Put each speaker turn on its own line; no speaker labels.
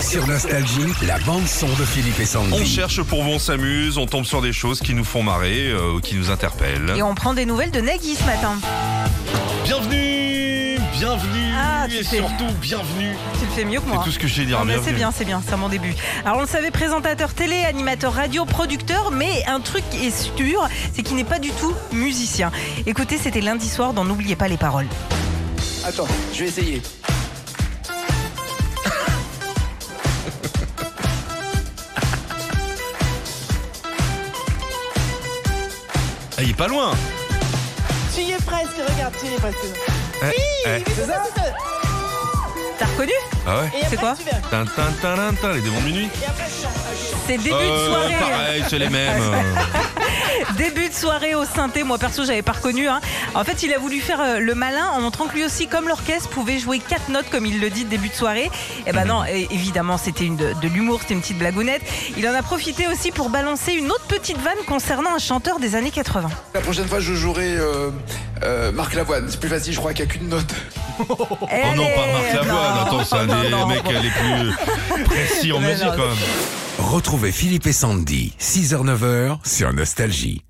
Sur Nostalgie, la bande-son de Philippe et Sandy.
On cherche pour vous, on s'amuse, on tombe sur des choses qui nous font marrer, euh, qui nous interpellent.
Et on prend des nouvelles de Nagui ce matin.
Bienvenue Bienvenue
Ah, tu
Et
fais-
surtout, bienvenue
Tu le fais mieux que
C'est
moi.
tout ce que je sais dire,
Ah, mais c'est
bienvenue.
bien, c'est bien, c'est mon début. Alors on le savait, présentateur télé, animateur radio, producteur, mais un truc est sûr, c'est qu'il n'est pas du tout musicien. Écoutez, c'était lundi soir dans N'oubliez pas les paroles.
Attends, je vais essayer.
Ah, il est pas loin
Tu y es presque, regarde, tu y es presque.
Eh, eh.
Oui, c'est ça, c'est ça.
T'as reconnu
Ah ouais
Et après,
C'est quoi
tu viens.
Tin, tin, tin, tin, tin, les démons de minuit
Et après, ça. ok.
C'est début de
Euh,
soirée. hein.
Pareil, c'est les mêmes.
Début de soirée au synthé, moi perso j'avais pas reconnu. hein. En fait il a voulu faire euh, le malin en montrant que lui aussi comme l'orchestre pouvait jouer quatre notes comme il le dit début de soirée. Et
Mhm.
ben non, é- évidemment c'était une de, de l'humour, c'était une petite blagounette. Il en a profité aussi pour balancer une autre petite vanne concernant un chanteur des années 80.
La prochaine fois, je jouerai euh, euh, Marc Lavoine. C'est plus facile, je crois, qu'il n'y a qu'une note.
oh non, pas Marc Lavoine, attends, c'est un des mecs les plus précis en
Mais
musique
non.
quand même.
Retrouvez Philippe et Sandy, 6h-9h, sur Nostalgie.